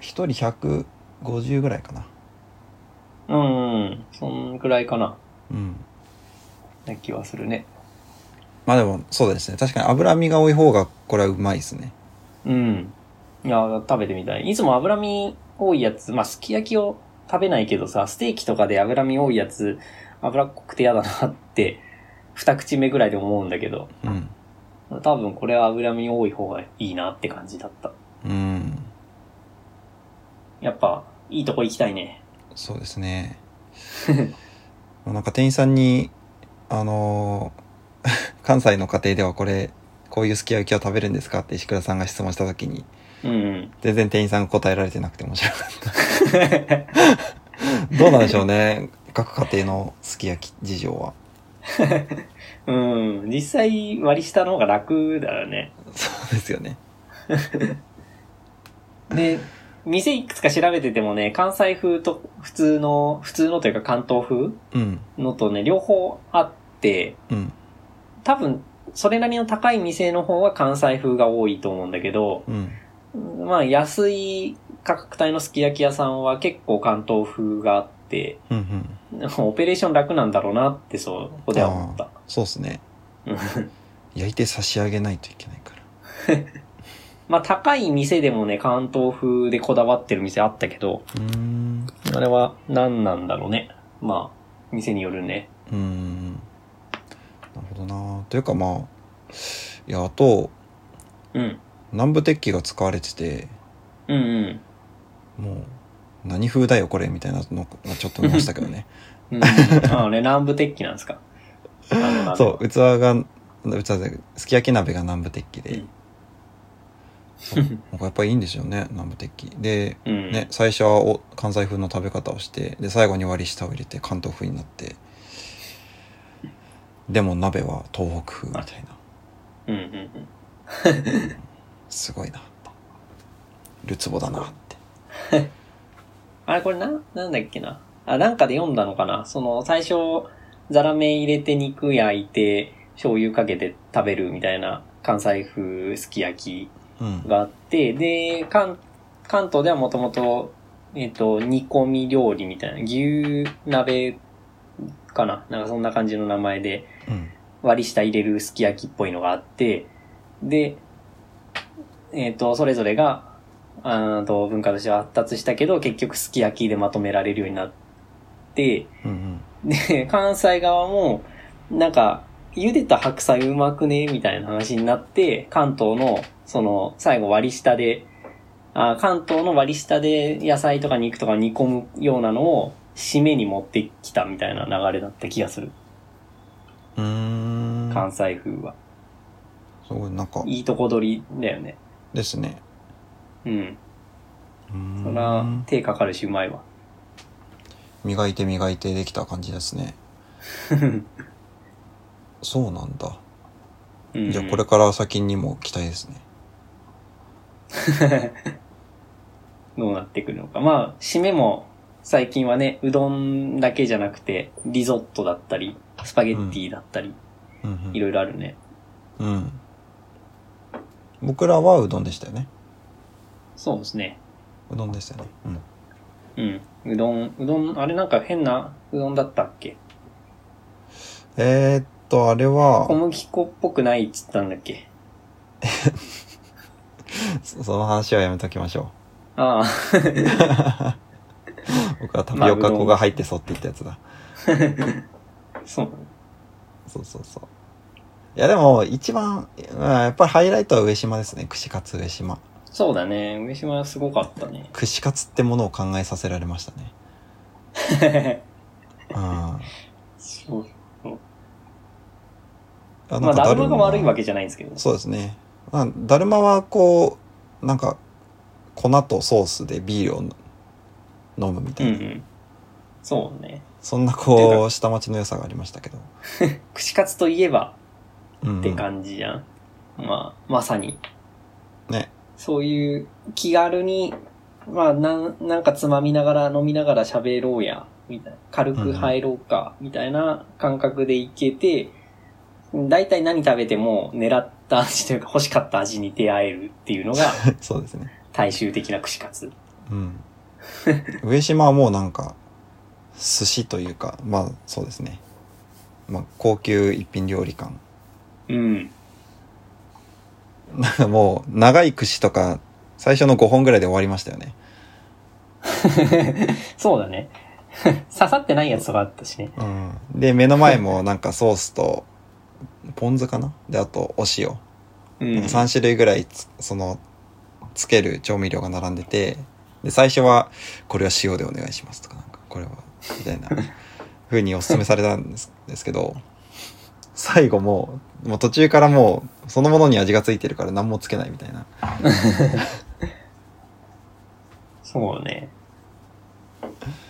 [SPEAKER 1] 一人150ぐらいかな。
[SPEAKER 2] うん、うん。そんくらいかな。
[SPEAKER 1] うん。
[SPEAKER 2] な気はするね。
[SPEAKER 1] まあでも、そうですね。確かに脂身が多い方が、これはうまいですね。
[SPEAKER 2] うん。いや、食べてみたい。いつも脂身多いやつ、まあ、すき焼きを食べないけどさ、ステーキとかで脂身多いやつ、脂っこくて嫌だなって、二口目ぐらいで思うんだけど、
[SPEAKER 1] うん。
[SPEAKER 2] 多分これは脂身多い方がいいなって感じだった。
[SPEAKER 1] うん。
[SPEAKER 2] やっぱ、いいとこ行きたいね。
[SPEAKER 1] そうですね。もうなんか店員さんに、あのー 関西の家庭ではこれ、こういうすき焼きは食べるんですかって石倉さんが質問した時に、
[SPEAKER 2] うんうん。
[SPEAKER 1] 全然店員さんが答えられてなくて面白かった。 どうなんでしょうね。各家庭のすき焼き事情は。
[SPEAKER 2] うん。実際、割り下の方が楽だよね。
[SPEAKER 1] そうですよね。
[SPEAKER 2] で、店いくつか調べててもね、関西風と普通の、普通のというか関東風
[SPEAKER 1] うん。
[SPEAKER 2] のとね、両方あって、
[SPEAKER 1] うん。
[SPEAKER 2] 多分、それなりの高い店の方は関西風が多いと思うんだけど、
[SPEAKER 1] うん。
[SPEAKER 2] まあ安い価格帯のすき焼き屋さんは結構関東風があって、
[SPEAKER 1] うん。うん。
[SPEAKER 2] なんかオペレーション楽なんだろうなってそう、ここでは思った。
[SPEAKER 1] そうです ね。
[SPEAKER 2] うん
[SPEAKER 1] 焼いて差し上げないといけないから。
[SPEAKER 2] まあ高い店でもね、関東風でこだわってる店あったけど、
[SPEAKER 1] うーん。
[SPEAKER 2] あれは何なんだろうね。まあ、店によるね。
[SPEAKER 1] うーん。なるほどな。というかまあ、いや、あと、
[SPEAKER 2] うん。
[SPEAKER 1] 南部鉄器が使われてて、
[SPEAKER 2] うんうん。
[SPEAKER 1] もう、何風だよこれみたいなのがちょっと見ましたけどね。
[SPEAKER 2] うん、あのね、南部鉄器なんですか。あのなんか
[SPEAKER 1] そう、器が、器ですき焼き鍋が南部鉄器で。
[SPEAKER 2] うん
[SPEAKER 1] そうなんかやっぱりいいんですよね、 南部鉄器。で、
[SPEAKER 2] うん。
[SPEAKER 1] ね、最初はお関西風の食べ方をして、で、最後に割り下を入れて関東風になって、でも鍋は東北風みたいな。
[SPEAKER 2] うんうんうん。
[SPEAKER 1] すごいな。るつぼだなって。
[SPEAKER 2] あれこれな、なんだっけな。あ、なんかで読んだのかな。その、最初、ザラメ入れて肉焼いて、醤油かけて食べるみたいな関西風すき焼
[SPEAKER 1] うん
[SPEAKER 2] き。があって、で、関、関東ではもともと、えっと、煮込み料理みたいな、牛鍋かな。なんかそんな感じの名前で、
[SPEAKER 1] うん。
[SPEAKER 2] 割り下入れるすき焼きっぽいのがあって、で、えっ、と、それぞれが、あーと文化としては発達したけど、結局すき焼きでまとめられるようになって、
[SPEAKER 1] うん
[SPEAKER 2] で、 関西側も、なんか、茹でた白菜うまくねみたいな話になって、関東の、その、最後割り下で、あ関東の割り下で野菜とか肉とか煮込むようなのを、締めに持ってきたみたいな流れだった気がする。
[SPEAKER 1] うんうーん
[SPEAKER 2] 関西風は。
[SPEAKER 1] すごいなんか
[SPEAKER 2] いいとこ取りだよね。
[SPEAKER 1] ですね
[SPEAKER 2] うん。
[SPEAKER 1] うーん
[SPEAKER 2] そら、手かかるしうまいわ。
[SPEAKER 1] 磨いて磨いてできた感じですねそうなんだ
[SPEAKER 2] うん
[SPEAKER 1] じゃあこれ。から先にも期待ですね
[SPEAKER 2] どうなってくるのか。まあ、締めも、最近はね、うどんだけじゃなくて、リゾットだったり、スパゲッティだったり、
[SPEAKER 1] うんうん
[SPEAKER 2] いろいろあるね。
[SPEAKER 1] うん僕らはうどんでしたよね
[SPEAKER 2] そうですね。
[SPEAKER 1] うどんでしたよねうん
[SPEAKER 2] うん。うどん、うどん、あれなんか変なうどんだったっけ
[SPEAKER 1] えー、っとあれは
[SPEAKER 2] 小麦粉っぽくないっつったんだっけ
[SPEAKER 1] そその話はやめときましょ
[SPEAKER 2] あ あ、
[SPEAKER 1] う僕はタピオカ粉が入ってそっていったやつだ
[SPEAKER 2] そう。
[SPEAKER 1] そうそうそういやでも一番うんやっぱりハイライトは上島ですね串カツ上島
[SPEAKER 2] そうだね。上島はすごかったね。
[SPEAKER 1] 串カツってものを考えさせられましたねうんあ
[SPEAKER 2] そう。
[SPEAKER 1] なん
[SPEAKER 2] まあ、
[SPEAKER 1] か
[SPEAKER 2] だ
[SPEAKER 1] だ
[SPEAKER 2] るまが悪いわけじゃないんですけど。
[SPEAKER 1] そうですね。まあ、だるまはこう、なんか、粉とソースでビールを飲むみ
[SPEAKER 2] う
[SPEAKER 1] た
[SPEAKER 2] んう
[SPEAKER 1] いな。
[SPEAKER 2] ん。そうね。
[SPEAKER 1] そんな
[SPEAKER 2] って
[SPEAKER 1] こ
[SPEAKER 2] か
[SPEAKER 1] う、下町の良さがありましたけど。
[SPEAKER 2] 串カツといえば
[SPEAKER 1] うんうん
[SPEAKER 2] って感じじゃん。まあ、まさに。
[SPEAKER 1] ね。
[SPEAKER 2] そういう気軽に、まあ、なん、なんかつまみながら飲みながら喋ろうや、みたいな。軽く入ろうか、みたいな感覚でいけて、だいたい何食べても狙った味というか欲しかった味に出会えるっていう のが
[SPEAKER 1] そうですね。
[SPEAKER 2] 大衆的な串カツ。
[SPEAKER 1] うん。上島はもうなんか、寿司というか、まあそうですね。まあ高級一品料理感。
[SPEAKER 2] うん。
[SPEAKER 1] なんか もう、長い串とか、最初の5本ぐらいで終わりましたよね。
[SPEAKER 2] そうだね。 刺さってないやつとかあったしね。
[SPEAKER 1] うん。で、目の前もなんかソースと、ポン酢かなで、あとお塩。
[SPEAKER 2] うん。
[SPEAKER 1] 3種類ぐらいつそのつける調味料が並んでてで最初は「これは塩でお願いします」とかなんかこれはみたい な風にお勧めされたんですですけど最後もうもう途中からもうそのものに味がついてるから何もつけないみたいな
[SPEAKER 2] そうね。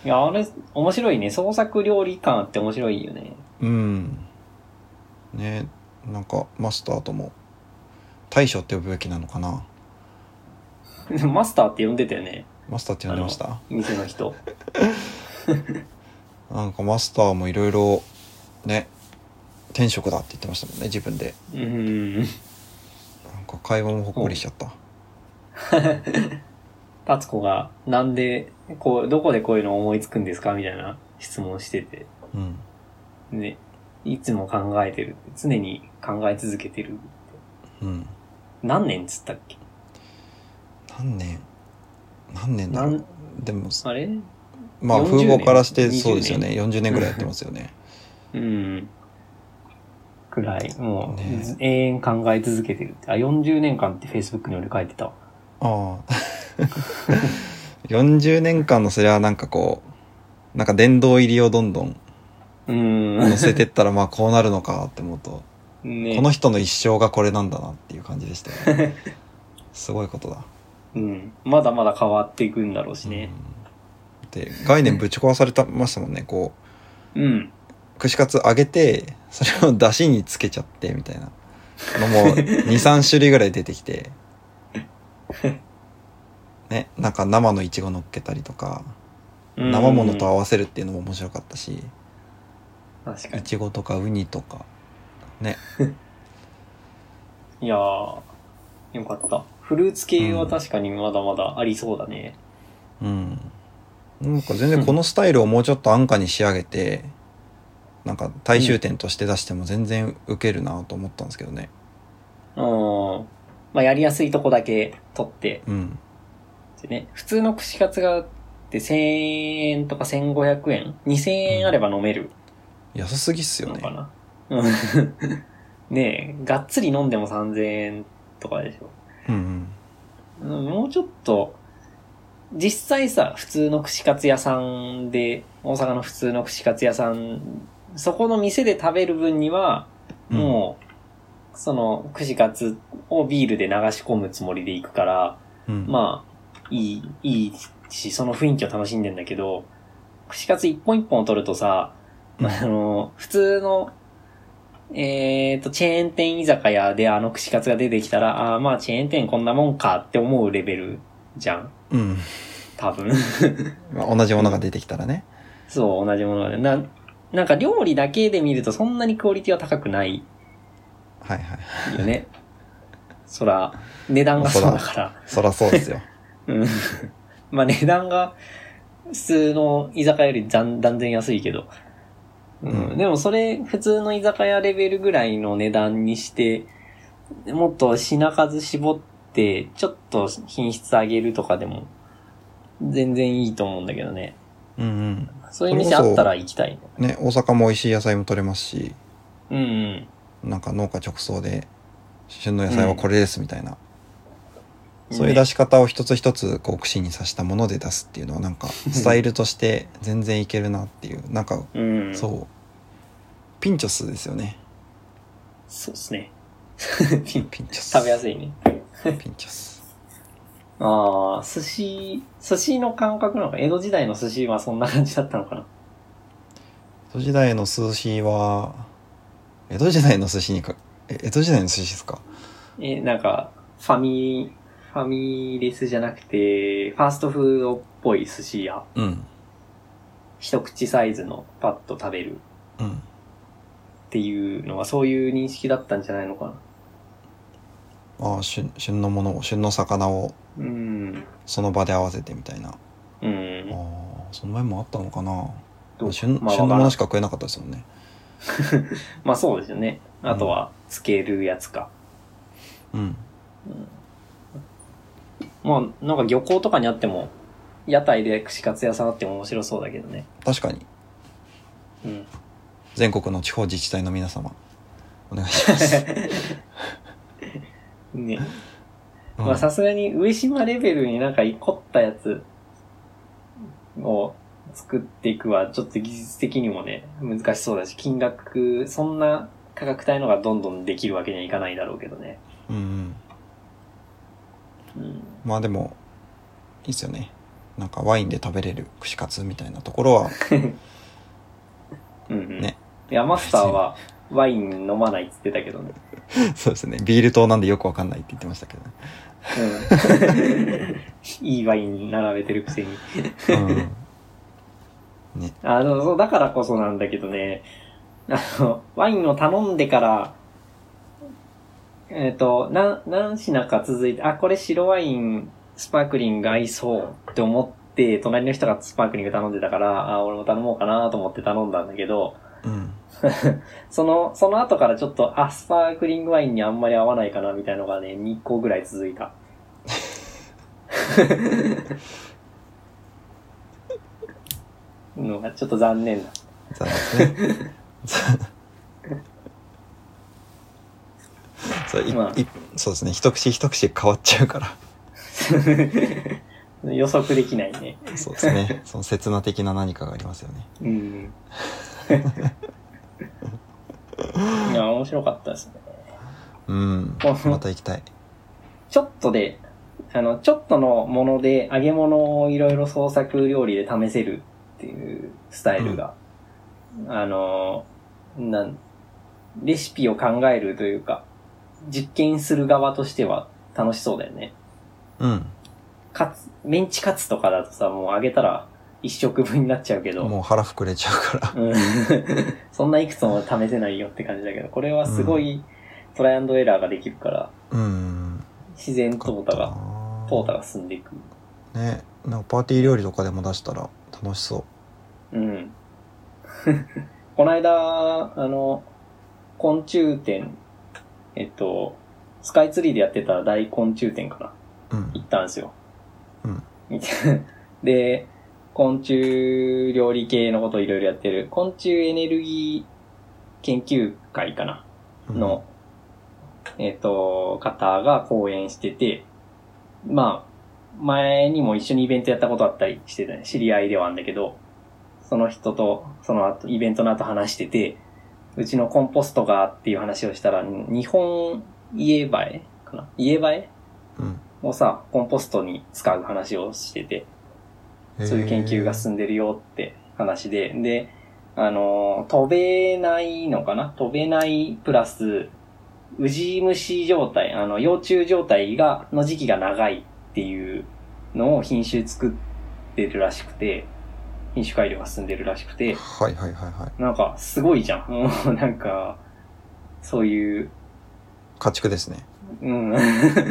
[SPEAKER 2] いや、あれ、面白いね。創作料理感あって面白いよね。
[SPEAKER 1] うんねなんかマスターとも大将って呼ぶべきなのかな
[SPEAKER 2] でもマスターって呼んでたよね。
[SPEAKER 1] マスターって呼んでました
[SPEAKER 2] 店の人。
[SPEAKER 1] なんかマスターもいろいろね天職だって言ってましたもんね自分で
[SPEAKER 2] うん。
[SPEAKER 1] なんか会話もほっこりしちゃった。
[SPEAKER 2] タツコが、なんで、こう、どこでこういうの思いつくんですかみたいな質問してて。
[SPEAKER 1] うん。
[SPEAKER 2] ね。いつも考えてる。常に考え続けてる。
[SPEAKER 1] うん。
[SPEAKER 2] 何年っつったっけ
[SPEAKER 1] 何年何年だ
[SPEAKER 2] な、
[SPEAKER 1] ろうんでも、
[SPEAKER 2] あれ
[SPEAKER 1] まあ
[SPEAKER 2] 40
[SPEAKER 1] 風貌からして
[SPEAKER 2] 年
[SPEAKER 1] そうですよね。40年ぐらいやってますよね。
[SPEAKER 2] うん。くらい。もう、
[SPEAKER 1] ね
[SPEAKER 2] ず永遠考え続けてるって。あ、40年間って Facebook に俺書いてたわ。
[SPEAKER 1] ああ。40年間のそれはなんかこう、なんか殿堂入りをどんどん
[SPEAKER 2] うん。
[SPEAKER 1] 乗せてったらまあこうなるのかって思うと、
[SPEAKER 2] ね
[SPEAKER 1] この人の一生がこれなんだなっていう感じでしたよ ね。すごいことだ。
[SPEAKER 2] うん。まだまだ変わっていくんだろうしね。
[SPEAKER 1] うん。で、概念ぶち壊されたましたもんね。こう、
[SPEAKER 2] うん。
[SPEAKER 1] 串カツ揚げてそれを出汁につけちゃってみたいなのも23種類ぐらい出てき てねなんか生のいちご乗っけたりとか
[SPEAKER 2] うん
[SPEAKER 1] 生ものと合わせるっていうのも面白かったし
[SPEAKER 2] 確か
[SPEAKER 1] い
[SPEAKER 2] に。
[SPEAKER 1] ちごとかウニとかね
[SPEAKER 2] いやー、よかった。フルーツ系は確かにまだまだありそうだね。
[SPEAKER 1] うんなんか全然このスタイルをもうちょっと安価に仕上げてなんか大衆店として出しても全然ウケるなと思ったんですけどね
[SPEAKER 2] うん。まあ、やりやすいとこだけ取って、
[SPEAKER 1] うん
[SPEAKER 2] でね。普通の串カツがって1000円とか1500円 ?2000 円あれば飲める
[SPEAKER 1] 安すぎっすよ
[SPEAKER 2] の
[SPEAKER 1] ね
[SPEAKER 2] か。な、うん ねえ、がっつり飲んでも3000円とかでしょ。
[SPEAKER 1] うんうん。
[SPEAKER 2] うんもうちょっと、実際さ、普通の串カツ屋さんで、大阪の普通の串カツ屋さん、そこの店で食べる分には、
[SPEAKER 1] うん
[SPEAKER 2] もう、その、串カツをビールで流し込むつもりで行くから、
[SPEAKER 1] うん、
[SPEAKER 2] まあ、いい、いいし、その雰囲気を楽しんでんだけど、串カツ一本一本を取るとさ、
[SPEAKER 1] うん
[SPEAKER 2] あの、普通の、えっ、と、チェーン店居酒屋であの串カツが出てきたら、ああー、まあチェーン店こんなもんかって思うレベルじゃん。
[SPEAKER 1] うん。
[SPEAKER 2] 多分。
[SPEAKER 1] まあ同じものが出てきたらね。
[SPEAKER 2] そう、同じものがね。な、なんか料理だけで見るとそんなにクオリティは高くない
[SPEAKER 1] はいはい。
[SPEAKER 2] よ ね。そら、値段がそうだから。
[SPEAKER 1] そらそうですよ。
[SPEAKER 2] うん。 まあ値段が普通の居酒屋より断断然安いけど。うん。
[SPEAKER 1] うん
[SPEAKER 2] でもそれ普通の居酒屋レベルぐらいの値段にして、もっと品数絞って、ちょっと品質上げるとかでも、全然いいと思うんだけどね。
[SPEAKER 1] うんうん。
[SPEAKER 2] そういう店あったら行きたいね。
[SPEAKER 1] ね、大阪も美味しい野菜も取れますし、
[SPEAKER 2] うんうん。
[SPEAKER 1] なんか農家直送で、旬の野菜はこれですみたいな。そういう出し方を一つ一つこう串に刺したもので出すっていうのはなんかスタイルとして全然いけるなっていうなんか
[SPEAKER 2] うん。そう。
[SPEAKER 1] そうピンチョスですよね
[SPEAKER 2] そうですね。 食
[SPEAKER 1] ピンチョス
[SPEAKER 2] べやすいね。
[SPEAKER 1] ピンチョス
[SPEAKER 2] ああ、寿司、寿司の感覚なのか。江戸時代の寿司はそんな感じだったのかな。
[SPEAKER 1] 江戸時代の寿司は江戸時代の寿司にかえ江戸時代の寿司ですか
[SPEAKER 2] え、なんか、ファミ、ファミレスじゃなくて、ファーストフードっぽい寿司屋。
[SPEAKER 1] うん
[SPEAKER 2] 一口サイズのパッと食べるっ
[SPEAKER 1] うん
[SPEAKER 2] ていうのは、そういう認識だったんじゃないのか
[SPEAKER 1] ああ旬旬のものを旬の魚を
[SPEAKER 2] な。うん。
[SPEAKER 1] その場で合わせてみたいなあ
[SPEAKER 2] うん。
[SPEAKER 1] あその前もあったのかな
[SPEAKER 2] どう
[SPEAKER 1] 旬,、
[SPEAKER 2] まあ、
[SPEAKER 1] 旬の
[SPEAKER 2] わ
[SPEAKER 1] も
[SPEAKER 2] から
[SPEAKER 1] の
[SPEAKER 2] ん
[SPEAKER 1] しか食えなかったですもんね
[SPEAKER 2] まあそうですよね。あとは、つけるやつか。
[SPEAKER 1] うん
[SPEAKER 2] まあ、なんか漁港とかにあっても、屋台で串カツ屋さんあっても面白そうだけどね。
[SPEAKER 1] 確かに
[SPEAKER 2] うん。
[SPEAKER 1] 全国の地方自治体の皆様お願いし ます、
[SPEAKER 2] ね。
[SPEAKER 1] うん
[SPEAKER 2] まあさすがに上島レベルになんか凝ったやつを作っていくはちょっと技術的にもね、難しそうだし、金額、そんな価格帯のがどんどんできるわけにはいかないだろうけどね。
[SPEAKER 1] うんうん
[SPEAKER 2] うん。
[SPEAKER 1] まあでもいいっすよねなんかワインで食べれる串カツみたいなところ は
[SPEAKER 2] うん、うん。
[SPEAKER 1] ね。
[SPEAKER 2] いや、マスター はワイン飲まないって言ってたけどね。
[SPEAKER 1] そうですねビール糖なんでよくわかんないって言ってましたけどね
[SPEAKER 2] うん。いいワイン並べてるくせに。
[SPEAKER 1] うんね
[SPEAKER 2] あの、そう、だからこそなんだけどね、あの、ワインを頼んでから、えっ、と、な、何品か続いて、あ、これ白ワイン、スパークリング合いそうって思って、隣の人がスパークリング頼んでたから、あ、俺も頼もうかなと思って頼んだんだけど、
[SPEAKER 1] うん
[SPEAKER 2] その、その後からちょっと、あ、スパークリングワインにあんまり合わないかなみたいのがね、2個ぐらい続いた。 のがちょっと残念だ。
[SPEAKER 1] 残念ですねそうい
[SPEAKER 2] まあ
[SPEAKER 1] いそうですね一口一口変わっちゃうから
[SPEAKER 2] 予測できないね。
[SPEAKER 1] そうです ねその刹那的な何かがありますよね
[SPEAKER 2] うん。 いや、面白かったですね。
[SPEAKER 1] うんまた行きたい
[SPEAKER 2] ちょっとで、あの、ちょっとのもので揚げ物をいろいろ創作料理で試せるっていうスタイルが、あの、なん、レシピを考えるというか、実験する側としては楽しそうだよね。
[SPEAKER 1] うん
[SPEAKER 2] カツ、メンチカツとかだとさ、もう揚げたら一食分になっちゃうけど、
[SPEAKER 1] もう腹膨れちゃうから
[SPEAKER 2] うんそんないくつも試せないよって感じだけど、これはすごいトライアンドエラーができるから、
[SPEAKER 1] うん
[SPEAKER 2] 自然
[SPEAKER 1] よか
[SPEAKER 2] 淘
[SPEAKER 1] っ
[SPEAKER 2] 汰
[SPEAKER 1] た
[SPEAKER 2] が、
[SPEAKER 1] な
[SPEAKER 2] 淘汰が進んでいく。
[SPEAKER 1] ねなんかパーティー料理とかでも出したら楽しそ
[SPEAKER 2] うん。 この間、あの、昆虫店、えっと、スカイツリーでやってた大昆虫店かな。
[SPEAKER 1] ううん
[SPEAKER 2] 行ったんですよ。
[SPEAKER 1] うん
[SPEAKER 2] で、昆虫料理系のことをいろいろやってる、昆虫エネルギー研究会かなの、えっ、と、方が講演してて、まあ、前にも一緒にイベントやったことあったりしてたね。知り合いではあるんだけど、その人と、その後、イベントの後話してて、うちのコンポストがっていう話をしたら、日本家映えかな家映え
[SPEAKER 1] うん、
[SPEAKER 2] をさ、コンポストに使う話をしてて、そういう研究が進んでるよって話で、で、あの、飛べないのかな飛べないプラス、ウジ虫状態、あの、幼虫状態が、の時期が長いっていうのを品種作ってるらしくて、品種改良が進んでるらしくて、
[SPEAKER 1] はいはいはいはい
[SPEAKER 2] なんか、すごいじゃん。 もう、なんか、そういう、
[SPEAKER 1] 家畜ですね
[SPEAKER 2] うん、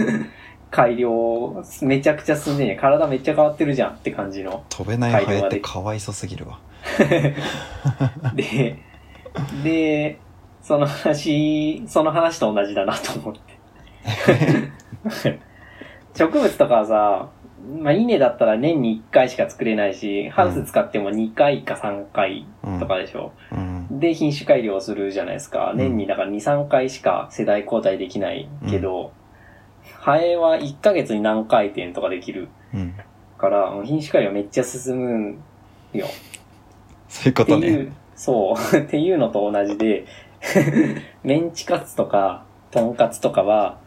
[SPEAKER 2] 改良、めちゃくちゃ進んでんね体めっちゃ変わってるじゃんって感じの。
[SPEAKER 1] 飛べないハエってかわいそすぎる わ
[SPEAKER 2] で、で、その話、その話と同じだなと思って。植物とかはさ、まあ、稲だったら年に1回しか作れないし、ハウス使っても2回か3回
[SPEAKER 1] うん
[SPEAKER 2] とかでしょ。
[SPEAKER 1] うん
[SPEAKER 2] で、品種改良をするじゃないですか。年にだから2、3回しか世代交代できないけど、ハエは1ヶ月に何回転とかできる
[SPEAKER 1] うん
[SPEAKER 2] から、もう品種改良めっちゃ進むんよ。
[SPEAKER 1] そういうこ
[SPEAKER 2] って
[SPEAKER 1] と
[SPEAKER 2] い
[SPEAKER 1] ね
[SPEAKER 2] う、そう、 っていうのと同じで、 メンチカツとか、とんかつとかは、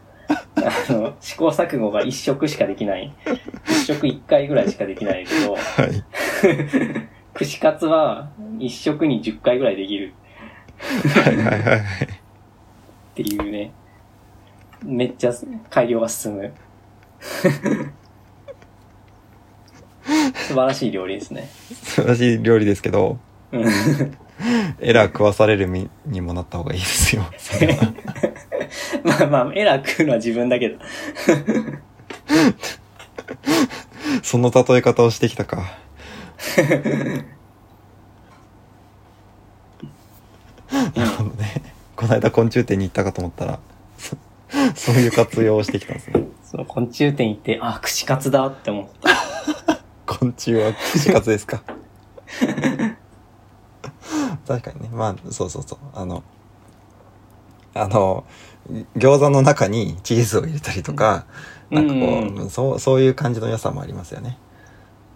[SPEAKER 2] あの、試行錯誤が一食しかできない。一食一回ぐらいしかできないけど、
[SPEAKER 1] はい
[SPEAKER 2] 串カツは一食に10回ぐらいできる
[SPEAKER 1] はいはいはいはい
[SPEAKER 2] っていうね。めっちゃ改良が進む。 素晴らしい料理ですね。
[SPEAKER 1] 素晴らしい料理ですけど
[SPEAKER 2] うん
[SPEAKER 1] エラー食わされる身にもなった方がいいですよそれは
[SPEAKER 2] まあまあ、エラー食うのは自分だけど。
[SPEAKER 1] その例え方をしてきたかなるほどねこの間昆虫店に行ったかと思ったらそそういう活用をしてきたんですね
[SPEAKER 2] そう、昆虫店行って、あ、串カツだって思った。
[SPEAKER 1] 昆虫は串カツですか確かにねまあそうそうそうあのあの餃子の中にチーズを入れたりとか、なんかこう、
[SPEAKER 2] う
[SPEAKER 1] そうそういう感じの良さもありますよね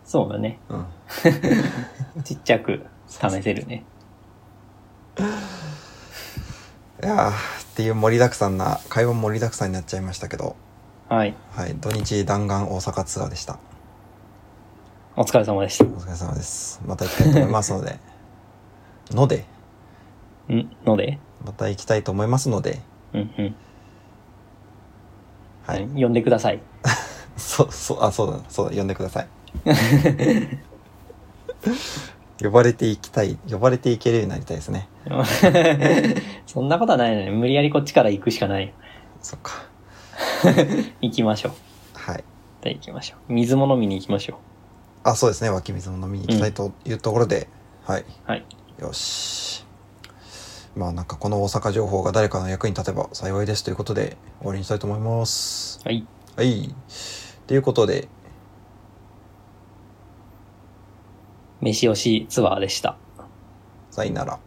[SPEAKER 2] そうだね。
[SPEAKER 1] うん
[SPEAKER 2] ちっちゃく試せるね。
[SPEAKER 1] いやーっていう盛りだくさんな会話も盛りだくさんになっちゃいましたけど
[SPEAKER 2] はい。
[SPEAKER 1] はい土日弾丸大阪ツアーでした
[SPEAKER 2] お疲れ様でした。
[SPEAKER 1] お疲れ様ですまた行きたいと思いますので ので
[SPEAKER 2] んので
[SPEAKER 1] また行きたいと思いますので
[SPEAKER 2] うんうん。
[SPEAKER 1] はい、
[SPEAKER 2] 呼んでください。
[SPEAKER 1] そう、そう、あ、そうだ、そうだ、呼んでください。 呼ばれていきたい、呼ばれていけるようになりたいですね。
[SPEAKER 2] そんなことはないのね。無理やりこっちから行くしかない。
[SPEAKER 1] そっか。
[SPEAKER 2] 行きましょう。
[SPEAKER 1] はい。
[SPEAKER 2] 絶対行きましょう。水も飲みに行きましょ
[SPEAKER 1] あ、そうですね、湧き水も飲みに行きたいというところで、はい。
[SPEAKER 2] う。はい。
[SPEAKER 1] よし。まあなんかこの大阪情報が誰かの役に立てば幸いですということで終わりにしたいと思います。
[SPEAKER 2] はい。
[SPEAKER 1] はい。ということで、
[SPEAKER 2] 飯押しツアーでした。
[SPEAKER 1] さよなら。